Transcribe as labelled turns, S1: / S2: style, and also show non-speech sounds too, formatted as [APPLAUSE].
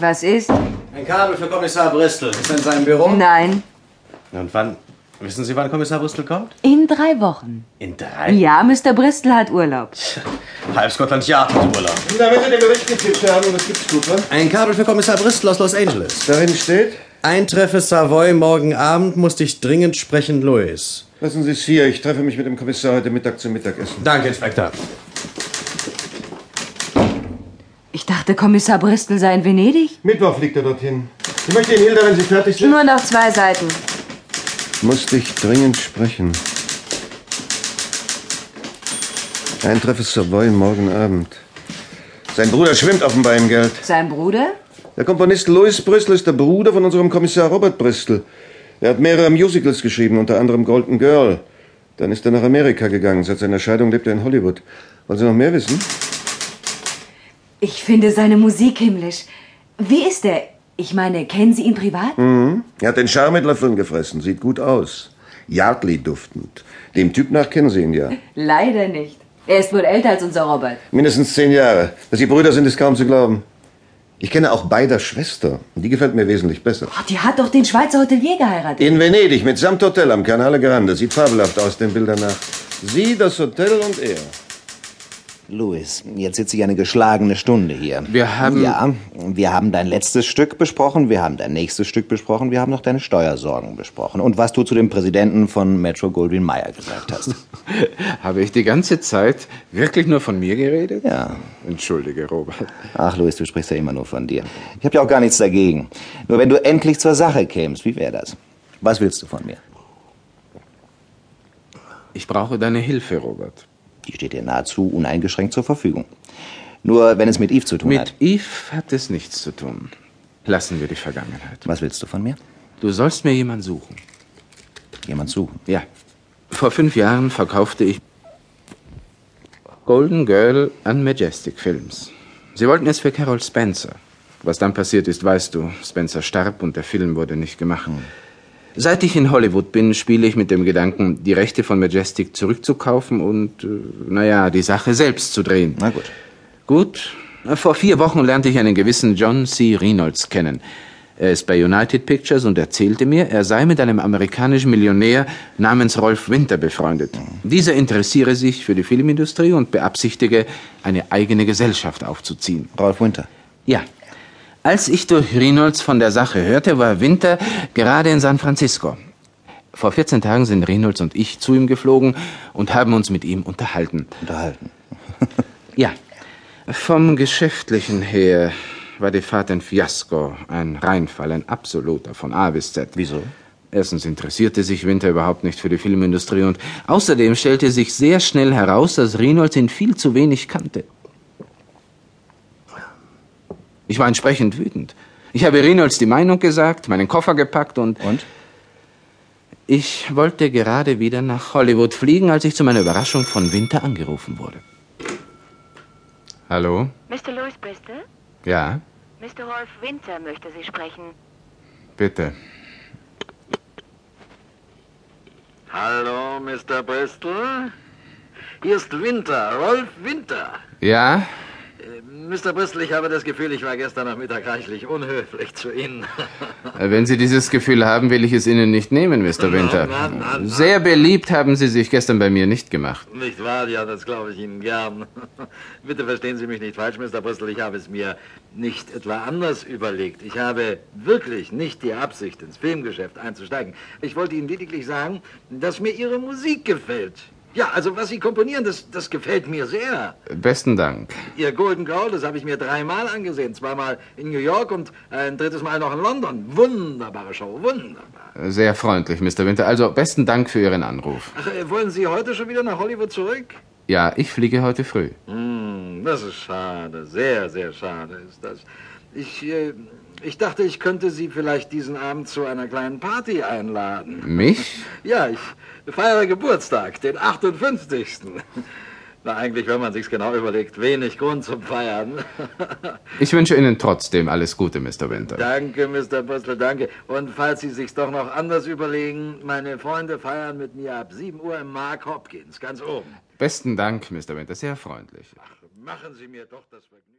S1: Was ist?
S2: Ein Kabel für Kommissar Bristol. Ist er in seinem Büro?
S1: Nein,
S2: Und wann? Wissen Sie, wann Kommissar Bristol kommt?
S1: in drei Wochen.
S2: In drei?
S1: Ja, Mr. Bristol hat Urlaub.
S2: Halb Scotland Yard hat Urlaub.
S3: Da wird der Bericht getippt haben und es gibt Stufe.
S2: Ein Kabel für Kommissar Bristol aus Los Angeles.
S3: Darin steht,
S2: Eintreffe Savoy morgen Abend, musste ich dringend sprechen, Louis.
S3: lassen Sie es hier, ich treffe mich mit dem Kommissar heute Mittag zum Mittagessen.
S2: Danke, Inspektor.
S1: Ich dachte, Kommissar Bristol sei in Venedig.
S3: Mittwoch fliegt er dorthin. Ich möchte Ihnen, Hilda, wenn Sie fertig sind.
S1: Nur noch zwei Seiten.
S3: Musste ich dringend sprechen. Eintreff ist Savoy morgen Abend. Sein Bruder schwimmt offenbar im Geld.
S1: Sein Bruder?
S3: Der Komponist Louis Bristol ist der Bruder von unserem Kommissar Robert Bristol. Er hat mehrere Musicals geschrieben, unter anderem Golden Girl. Dann ist er nach Amerika gegangen. Seit seiner Scheidung lebt er in Hollywood. Wollen Sie noch mehr wissen?
S1: Ich finde seine Musik himmlisch. Wie ist er? Ich meine, kennen Sie ihn privat?
S3: Er hat den Char mit Löffeln gefressen. Sieht gut aus. Yardley duftend. Dem Typ nach kennen Sie ihn ja.
S1: Leider nicht. Er ist wohl älter als unser Robert.
S3: Mindestens zehn Jahre. Dass Sie Brüder sind, ist kaum zu glauben. Ich kenne auch beider Schwester. Die gefällt mir wesentlich besser.
S1: Ach, die hat doch den Schweizer Hotelier geheiratet.
S3: In Venedig, mitsamt Hotel am Canale Grande. Sieht fabelhaft aus, den Bildern nach. Sie, das Hotel und er.
S4: Louis, jetzt sitze ich eine geschlagene Stunde hier.
S5: Wir haben-
S4: Ja, wir haben dein letztes Stück besprochen, wir haben dein nächstes Stück besprochen, wir haben noch deine Steuersorgen besprochen und was du zu dem Präsidenten von Metro Goldwyn Mayer gesagt
S5: [LAUGHS]
S4: hast.
S5: Habe ich die ganze Zeit wirklich nur von mir geredet?
S4: Ja.
S5: Entschuldige, Robert.
S4: Ach, Louis, du sprichst ja immer nur von dir. Ich habe ja auch gar nichts dagegen. Nur wenn du endlich zur Sache kämst, wie wäre das? Was willst du von mir?
S5: Ich brauche deine Hilfe, Robert.
S4: Die steht dir nahezu uneingeschränkt zur Verfügung. Nur wenn es mit Eve zu tun hat.
S5: Mit Eve hat es nichts zu tun. Lassen wir die Vergangenheit.
S4: Was willst du von mir?
S5: Du sollst mir jemanden suchen.
S4: Jemand suchen.
S5: Ja. Vor fünf Jahren verkaufte ich Golden Girl an Majestic Films. Sie wollten es für Carol Spencer. Was dann passiert ist, weißt du. Spencer starb und der Film wurde nicht gemacht.
S4: Hm.
S5: Seit ich in Hollywood bin, spiele ich mit dem Gedanken, die Rechte von Majestic zurückzukaufen und, äh, naja, die Sache selbst zu drehen.
S4: Na gut.
S5: Gut. Vor vier Wochen lernte ich einen gewissen John C. Reynolds kennen. Er ist bei United Pictures und erzählte mir, er sei mit einem amerikanischen Millionär namens Rolf Winter befreundet. Dieser interessiere sich für die Filmindustrie und beabsichtige, eine eigene Gesellschaft aufzuziehen.
S4: Rolf Winter.
S5: Ja. Als ich durch Reynolds von der Sache hörte, war Winter gerade in San Francisco. Vor 14 Tagen sind Reynolds und ich zu ihm geflogen und haben uns mit ihm unterhalten.
S4: Unterhalten.
S5: Ja. Vom Geschäftlichen her war die Fahrt ein Fiasko, ein Reinfall, ein absoluter von A bis Z.
S4: Wieso?
S5: Erstens interessierte sich Winter überhaupt nicht für die Filmindustrie und außerdem stellte sich sehr schnell heraus, dass Reynolds ihn viel zu wenig kannte. Ich war entsprechend wütend. Ich habe Reynolds die Meinung gesagt, meinen Koffer gepackt und...
S4: Und?
S5: Ich wollte gerade wieder nach Hollywood fliegen, als ich zu meiner Überraschung von Winter angerufen wurde. Hallo?
S6: Mr. Louis Bristol?
S5: Ja,
S6: Mr. Rolf Winter möchte Sie sprechen.
S5: bitte.
S7: Hallo, Mr. Bristol. Hier ist Winter, Rolf Winter.
S5: Ja?
S7: Mr. Bristol, ich habe das Gefühl, ich war gestern Nachmittag reichlich unhöflich zu Ihnen. [LAUGHS]
S5: Äh, Wenn Sie dieses Gefühl haben, will ich es Ihnen nicht nehmen, Mr. Winter.
S7: Nein, nein, nein, nein.
S5: Sehr beliebt haben Sie sich gestern bei mir nicht gemacht.
S7: Nicht wahr? Ja, das glaube ich Ihnen gern. [LAUGHS] Bitte verstehen Sie mich nicht falsch, Mr. Bristol. Ich habe es mir nicht etwa anders überlegt. Ich habe wirklich nicht die Absicht, ins Filmgeschäft einzusteigen. Ich wollte Ihnen lediglich sagen, dass mir Ihre Musik gefällt. Ja, also was Sie komponieren, das, das gefällt mir sehr.
S5: Besten Dank.
S7: Ihr Golden Goal, das habe ich mir dreimal angesehen. Zweimal in New York und äh, ein drittes Mal noch in London. Wunderbare Show, wunderbar.
S5: Äh, Sehr freundlich, Mr. Winter. Also, besten Dank für Ihren Anruf.
S7: Ach, äh, wollen Sie heute schon wieder nach Hollywood zurück?
S5: Ja, ich fliege heute früh.
S7: Hm, das ist schade, sehr, sehr schade ist das. Ich, äh, ich dachte, ich könnte Sie vielleicht diesen Abend zu einer kleinen Party einladen.
S5: Mich?
S7: Ja, ich feiere Geburtstag, den 58. Na, eigentlich, wenn man sich's genau überlegt, wenig Grund zum Feiern. [LAUGHS]
S5: Ich wünsche Ihnen trotzdem alles Gute, Mr. Winter.
S7: Danke, Mr. Bristol, danke. Und falls Sie sich's doch noch anders überlegen, meine Freunde feiern mit mir ab 7 Uhr im Mark Hopkins, ganz oben.
S5: Besten Dank, Mr. Winter. Sehr freundlich.
S7: Machen Sie mir doch das Vergnügen.